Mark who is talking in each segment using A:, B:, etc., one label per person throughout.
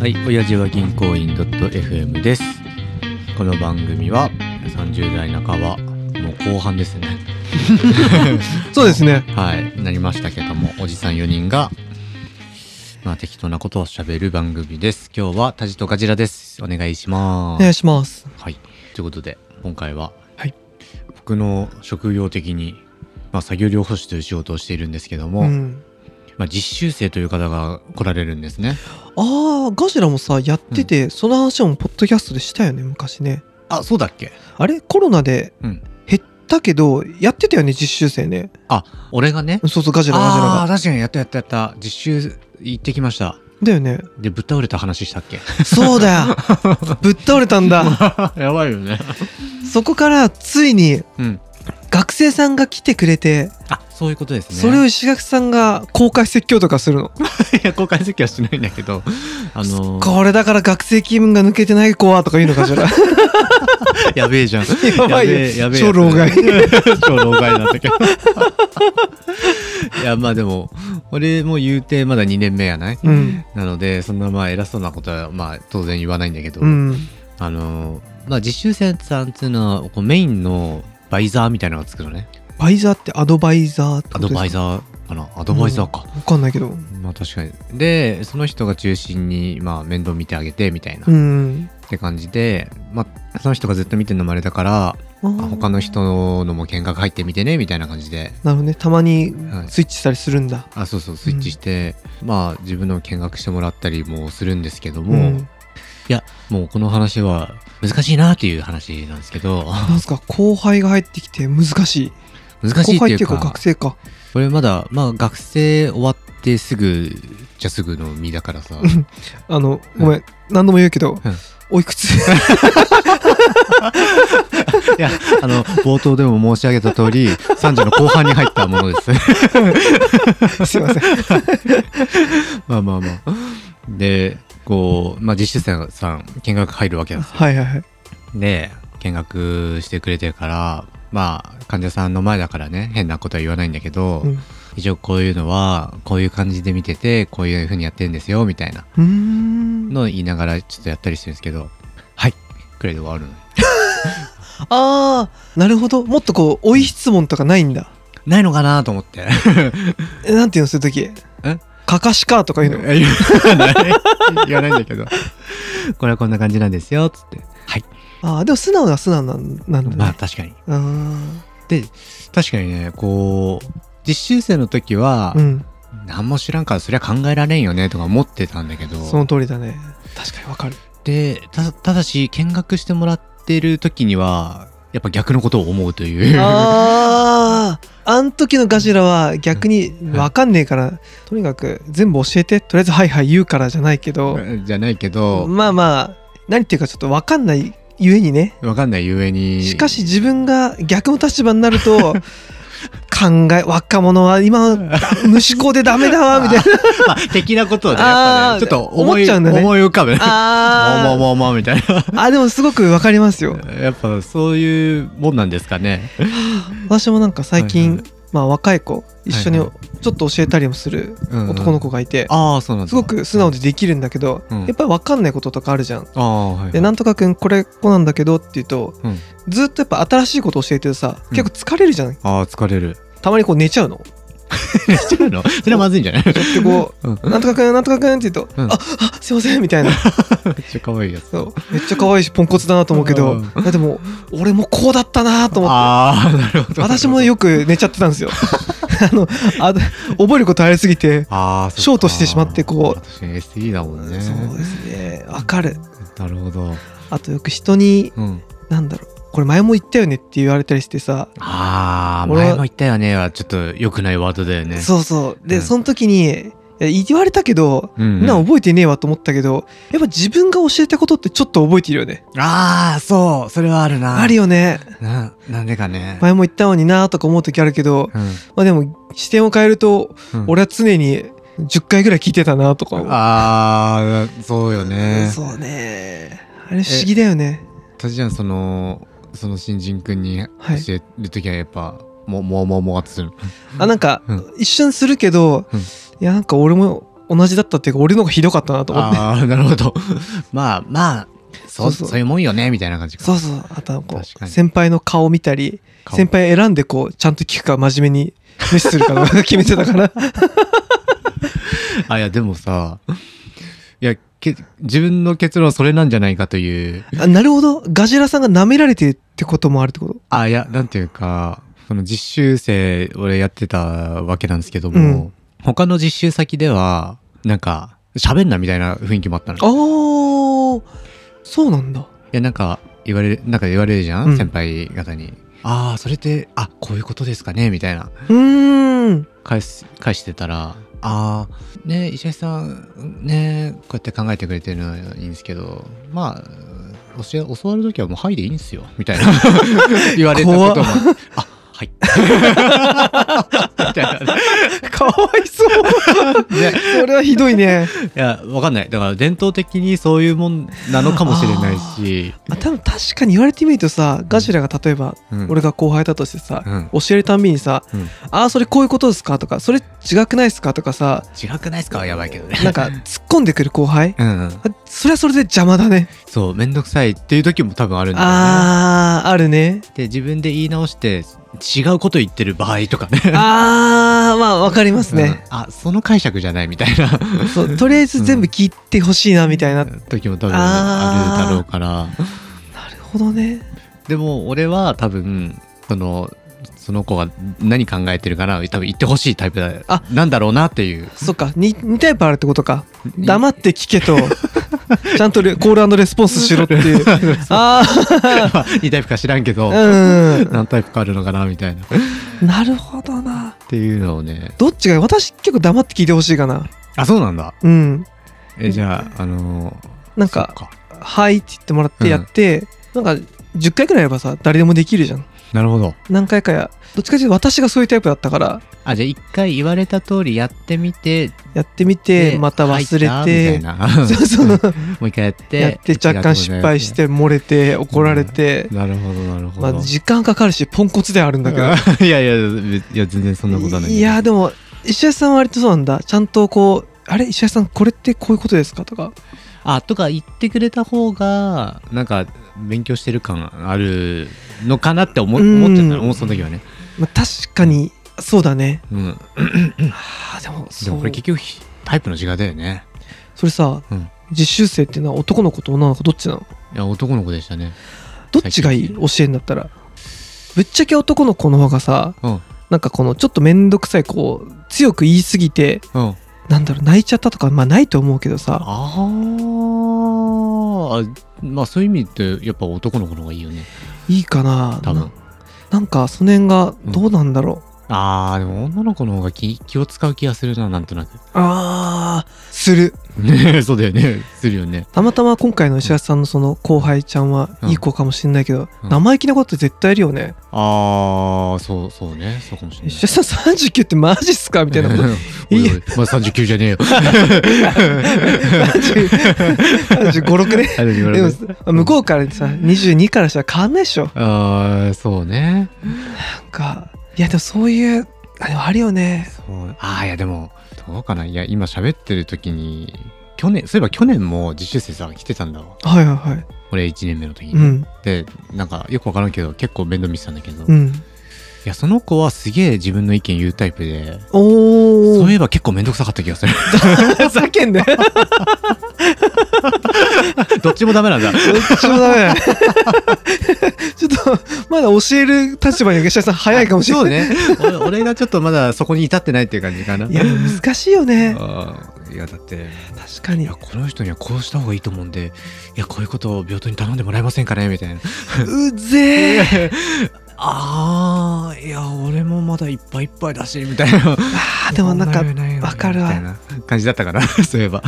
A: はい、親父は銀行員 .fm です。この番組は30代半ば、もう後半ですね。
B: そうですね。
A: はい、なりましたけども、おじさん4人が、まあ適当なことを喋る番組です。今日はタジとガジラです。お願いし
B: お
A: ま
B: 願い
A: す。
B: します。
A: はい、ということで、今回は、
B: はい
A: 僕の職業的に、まあ作業療法士という仕事をしているんですけども、
B: うん、
A: まあ実習生という方が来られるんですね。
B: ああ、ガジラもさ、やってて、その話もポッドキャストでしたよね、昔ね。
A: あ、そうだっけ
B: あれコロナで
A: うん。
B: 減ったけど、やってたよね、実習生ね。
A: あ、俺がね、
B: そうそう、ガジラ、ガジラ
A: ああー
B: が。
A: 確かにやったやったやった実習行ってきました
B: だよね。
A: でぶっ倒れた話したっけ
B: そうだよ。ぶっ倒れたんだ。
A: やばいよね
B: そこから、ついに、
A: うん
B: 学生さんが来てくれて、
A: あそう いうことですね
B: それを石垣さんが公開説教とかするの。
A: いや公開席はしないんだけどあのー
B: これだから学生気分が抜けてない子は、とか言うのかし ら。
A: やべえじゃん
B: やばいよ
A: べえやべえ
B: 超 老害
A: 超老害なんだけど いやまあでも俺も言うてまだ2年目やない
B: うん。
A: なのでそんなまあ偉そうなことはまあ当然言わないんだけど、
B: うん。
A: あのーまあ実習生さんっていうのはこうメインのバイザーみたいなのがつくのね
B: バイザーってアドバイザーってこ
A: アド
B: とですか
A: バイザーかなアドバイザーか、
B: わかんないけど。
A: まあ確かにでその人が中心に、まあ、面倒見てあげてみたいな、
B: う
A: っ
B: ん。
A: て感じで、まあ、その人がずっと見てるのもあれだから、
B: あ
A: あ
B: ー
A: 他の人のも見学入ってみてねみたいな感じで
B: なるほどねたまに
A: はい
B: スイッチしたりするんだ、
A: あそうそうスイッチして、まあ自分の見学してもらったりもするんですけども、
B: うん
A: いやもうこの話は難しいなっていう話なんですけ ど
B: なんすか後輩が入ってきて難しい
A: 難しい
B: 後輩
A: っ
B: っ
A: い
B: てていううか
A: か
B: 学生か
A: これまだ、まあ、学生終わってすぐじゃすぐの身だからさ
B: あのごめん、何度も言うけど、おいくつ
A: いや、あの、冒頭でも申し上げた通り、30の後半に入ったもの です。
B: すいません
A: まあまあまあ。で、こう、まあ実習生さん、見学入るわけです。
B: はいはいはい
A: で、見学してくれてるから、まあ、患者さんの前だからね、変なことは言わないんだけど、
B: うんう
A: 一応こういうのは、こういう感じで見てて、こういう風にやってるんですよ、みたいな
B: ーん
A: のを言いながらちょっとやったりしてるんですけど、はい、くらいで終わるの。
B: あーなるほどもっとこう追い質問とかないんだ
A: ないのかなと思って。
B: えなんていうのそういう時
A: え
B: かかしかとか言うの
A: え言わ ない言わないんだけどこれはこんな感じなんですよつってはい
B: あーでも素直な素直なんなんだ
A: まあ
B: ね
A: 確かに
B: あー
A: 確かにねこう実習生の時は、
B: うん
A: 何も知らんからそりゃ考えられんよねとか思ってたんだけど
B: その通りだね確かにわかる
A: でたただし見学してもらってる時にはやっぱ逆のことを思うという
B: あーあん時のガジラは逆に分かんねえからとにかく全部教えてとりあえず「はいはい」言うからじゃないけど
A: じゃないけど
B: まあまあ何っていうかちょっと分かんないゆえにね
A: わかんないゆえに
B: しかし自分が逆の立場にな ると考え若者は今だ無思考でダメ だわみたいな
A: まあ 的なことをねやっぱね
B: あー
A: ちょっと思い
B: 思っちゃうんだね
A: 思い浮かぶねもう
B: あ
A: もうもうみたいな
B: ーあでもすごく分かりますよ
A: やっぱそういうもんなんですかね
B: 私もなんか最
A: はい
B: 近
A: は
B: まあ若い子一緒に
A: はいは
B: ちょっと教えたりもする男の子がいて
A: ああそうなんだ
B: すごく素直でできるんだけど、
A: うん
B: やっぱり分かんないこととかあるじゃん。
A: ああはいはい
B: でなんとかくんこれこうなんだけどって言うと、
A: うん
B: ずっとやっぱ新しいこと教えてるとさ
A: うん
B: 結構疲れるじゃん、
A: ああ疲れる
B: たまにこう寝ちゃうの。
A: 寝ちゃうのそれはまずいんじゃない
B: でこ
A: うん
B: う「なんとかくんなんとかくん」って言うと「
A: うん
B: ああすいません」みたいな
A: めっちゃ可愛いやつ
B: そうめっちゃ可愛いしポンコツだなと思うけど、
A: う
B: いやでも俺もこうだったなと思って。
A: ああなるほど
B: 私もよく寝ちゃってた んですよ。あのあ覚えることありすぎて、
A: ああ
B: ショートしてしまってこう
A: 私 SE だもんね
B: そうですねわかる。
A: なるほど
B: あとよく人に
A: うん
B: なんだろうこれ前も言ったよねって言われたりしてさ、
A: ああ
B: 俺は
A: 前も言ったよねはちょっと良くないワードだよね
B: そうそうで、
A: うん
B: その時にいや言われたけど、
A: うんうん、
B: みんな覚えてねえわと思ったけどやっぱ自分が教えたことってちょっと覚えてるよね、
A: ああそうそれはあるな
B: ある
A: よ
B: よね
A: ななんでかね、
B: 前も言ったのになーとか思う時あるけど、
A: う
B: まあでも視点を変えると、
A: んうん
B: 俺は常に10回ぐらい聞いてたなとか思う
A: ああそうよね
B: そうねあれ不思議だよね
A: たちゃんそのその新人君に
B: はい
A: 教える時はやっぱ、ももうもうもうってするの
B: あなんか
A: うん
B: 一瞬するけど、
A: うん
B: いやなんか俺も同じだったっていうか俺の方がひどかったなと思って
A: ああなるほどまあまあそう
B: そうそう
A: そういうもんよねみたいな感じか
B: そうそうあとこ
A: 確か
B: う
A: に
B: 先輩の顔見たり
A: 顔
B: 先輩選んでこうちゃんと聞くか真面目に無視するか とか決めてたから
A: あいやでもさいやけ自分の結論はそれなんじゃないかという
B: あなるほどガジラさんが舐められてるってこともあるってこと
A: あいやなんていうかその実習生俺やってたわけなんですけども、
B: うん
A: 他の実習先ではなんか喋んなみたいな雰囲気もあったの
B: あーそうなんだ
A: いやなんか言われるなんか言われるじゃん、
B: うん
A: 先輩方に「ああそれってあこういうことですかね」みたいな
B: うーん
A: 返す返してたら「ああね石橋さんねこうやって考えてくれてるのはいいんですけどまあ教え教わる時はもう「はい」でいいんですよみた いな言われたことも「あはい」 みたいなね
B: かわいそうそれはひどい ね
A: いやわかんないだから伝統的にそういうもんなのかもしれないし、
B: あ多分確かに言われてみるとさガジラが例えば
A: うん
B: 俺が後輩だとしてさ、
A: うん
B: 教えるたんびにさ
A: うん
B: 「ああそれこういうことですか?」とか「それ違くないですか?」とかさ
A: 違くないですかはやばいけどね
B: なんか突っ込んでくる後 輩
A: うんうん
B: あそれはそれで邪魔だね
A: そうめんどくさいっていう時も多分あるんだよね
B: あーあるね
A: で自分で言い直して違うこと言ってる場合とかね
B: あーまあわかりますね、
A: うんあその解釈じゃないみたい な
B: そうとりあえず全部聞いてほしいなみたいな、な
A: 時も多分あるだろうから
B: るほどね
A: でも俺は多分そのその子が何考えてるから多分言ってほしいタイプだ
B: あ
A: なんだろうなって いう
B: そっか 2, タイプあるってことか黙って聞けとちゃんとレコールレスポンスしろっていう ああ
A: 2タイプか知らんけど、
B: う
A: 何タイプかあるのかなみたいなっ
B: んなるほどな
A: ていうのをね
B: どっちが私結構黙って聞いてほしいかな
A: あそうなんだ
B: うん
A: えじゃああのー
B: なんか
A: そっ
B: 「はい」って言ってもらってやって、なんか10回くらいやればさ誰でもできるじゃん
A: なるほど
B: 何回かやどっちかというと私がそういうタイプだったから
A: あじゃあ一回言われた通りやってみて
B: やってみて
A: で
B: また忘れ
A: 入ってたみたいな
B: そうそう
A: もう一回やって
B: やって若干失敗して漏れて怒られて、
A: なるほどなるほ
B: ま
A: ど、
B: あ、時間かかるしポンコツではあるんだけど
A: いやいや別いや全然そんなことはない
B: いやでも石橋さんは割とそうなんだちゃんとこう「あれ石橋さんこれってこういうことですか?」とか
A: あとか言ってくれた方がなんか勉強してる感あるのかなって思
B: うん
A: 思っちゃったのもうその時はね
B: まあ、確かにそうだね
A: うん
B: あーで
A: で
B: もそ
A: も
B: う
A: これ結局ひタイプの違いだよね
B: それさ、
A: うん
B: 実習生っていうのは男の子と女の子どっちなの
A: いや男の子でしたね
B: どっちがいい
A: 最
B: 教えんだったらぶっちゃけ男の子の方がさ
A: うん
B: なんかこのちょっと面倒くさいこう強く言いすぎて
A: うんあ
B: なんだろう泣いちゃったとかまあないと思うけどさ
A: あまあそういう意味ってやっぱ男の子の方がいいよね
B: いいかな
A: 多分
B: ななんかその辺がどうなんだろ
A: ああでも女の子の方が気気を使う気がするななんとなく
B: う、あーする
A: ね そうだよねするよね
B: たまたま今回の石橋さんのその後輩ちゃんは
A: うん
B: いい子かもしれないけど、
A: うん
B: 生意気なこと絶対いるよね、
A: ああそうそうねそうかもしれない
B: 石橋さん39ってマジっすかみたいなこと
A: おいおいまだ39じゃ ねえよ
B: 356ね
A: あでも言わ
B: で
A: れな
B: も
A: い
B: さ向こうからさ22からしたら変わんないでしょ
A: あーそうね
B: なんかいやでもそういうあでもあるよね
A: そうあーいやでもどうかないや今喋ってる時に去年そういえば去年も実習生さん来てたんだわ
B: はいはいはい
A: 俺1年目の時に、
B: うん
A: でなんかよくわからんけど結構面倒見てたんだけど、
B: う
A: い
B: ん
A: やその子はすげえ自分の意見言うタイプで
B: お
A: そうい
B: お
A: えば結構面倒くさかった気がする
B: ふざけんね
A: どっちもダメなんだ
B: ちょっとダメだ ちょっとまだ教える立場に吉田さん早いかもしれない
A: ないそうね俺俺がちょっとまだそこに至ってないっていう感じかない
B: や難しいよね
A: あーいやだって
B: 確か
A: い
B: に
A: やこの人にはこうした方がいいと思うんでいやこういうことを病棟に頼んでもらえませんかねみ たいな
B: うぜえ
A: あーいや俺もまだいっぱいいっぱいだしみたいな
B: あ ーでもなんかわかるわ
A: みたいな感じだったかな そういえば、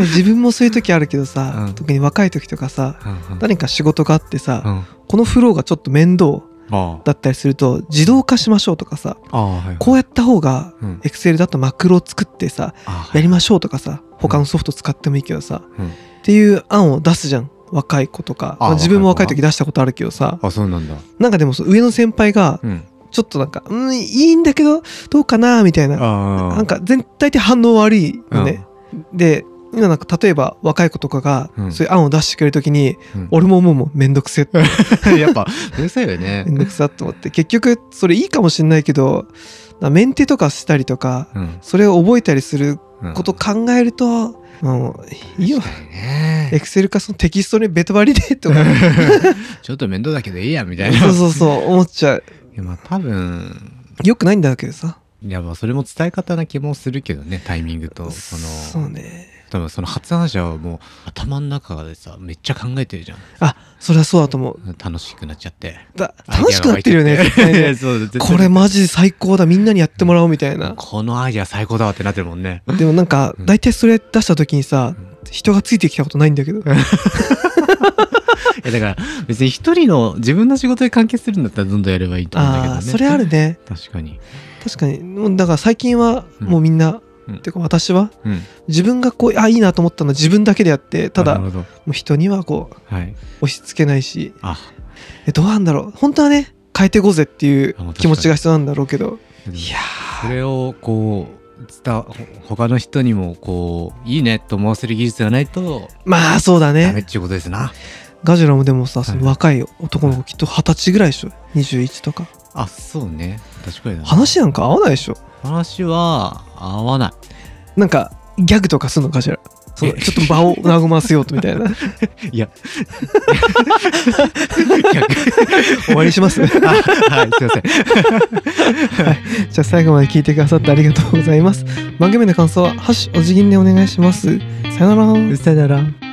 B: 自分もそういう時あるけどさ、
A: うん
B: 特に若い時とかさ
A: うんうん
B: 何か仕事があってさ、
A: うんあ
B: このフローがちょっと面倒
A: あ
B: だったりすると自動化しましょうとかさ
A: ああはい
B: こうやった方が
A: うん、
B: Excel だとマクロを作ってさ
A: あ
B: やりましょうとかさ他のソフト使ってもいいけどさ、
A: うん
B: っていう案を出すじゃん若い子とか
A: あ
B: まあ自分も若
A: 若い子は
B: い時出したことあるけどさ
A: あそうなんだ
B: なんかでもそう上の先輩が
A: うん
B: ちょっとなんか「うんいいんだけどどうかな」みたいな
A: あ
B: なんか全体的に反応悪いよね、で今なんか例えば若い子とかが
A: うん
B: そういう案を出してくれるときに、
A: うん
B: 俺ももうもうめんどくせ え
A: やっぱうるさいよね
B: めんどくさと思 って結局それいいかもしれないけどなメンテとかしたりとか
A: うん
B: それを覚えたりする
A: うん
B: こと考えると、もういいよ
A: 確かにね
B: エクセルかそのテキストにベタバリで とか
A: ちょっと面倒だけどいいやみたいな
B: そうそうそう思っちゃう
A: いやまあ多分
B: よくないんだけどさ
A: いやまあそれも伝え方な気もするけどねタイミングとそ
B: そ
A: の
B: うね
A: 多分その発案者はもう頭の中でさめっちゃ考えてるじゃん
B: あそりゃそうだと思う
A: 楽しくなっちゃって
B: だ楽しくなってるよね
A: アイデアが湧いちゃって
B: 絶対ね
A: そう絶対
B: これマジ最高だみんなにやってもらおうみたいな
A: このアイデア最高だわってなってるもんね
B: でもなんか
A: うん
B: 大体それ出した時にさ
A: うん
B: 人がついてきたことないんだ けど
A: いやだから別に一人の自分の仕事で完結するんだったらどんどんやればいいと思うんだけど
B: あ
A: ね
B: あそれあるね
A: 確かに
B: 確かにもうだから最近はもうみん
A: う
B: な、
A: ん
B: てか私は
A: うん
B: 自分がこうあいいなと思ったのは自分だけでやってただ
A: な
B: も
A: るほど
B: う人にはこう
A: はい
B: 押し付けないし
A: あ
B: えどうなんだろう本当はね変えてこうぜっていう気持ちが必要なんだろうけど
A: でも
B: いや
A: それをこう伝ほ他の人にもこういいねと思わせる技術がないと
B: まあそうだ
A: ダメっ
B: ね
A: ていうことですな
B: ガジュラもでもさ
A: はい
B: その若い男の子きっと二十歳ぐらいでしょ21とか
A: あそうね確かにな
B: 話なんか合わないでしょ
A: 話は合わない
B: なんかギャグとかすんのかしらその
A: え
B: ちょっと場を和ませようとみ たいな
A: いや逆
B: 終わりしますじ
A: あ はいすいません
B: ゃあ最後まで聞いてくださってありがとうございます番組の感想は「ハッシュお辞儀でお願いしますさよなら
A: さよなら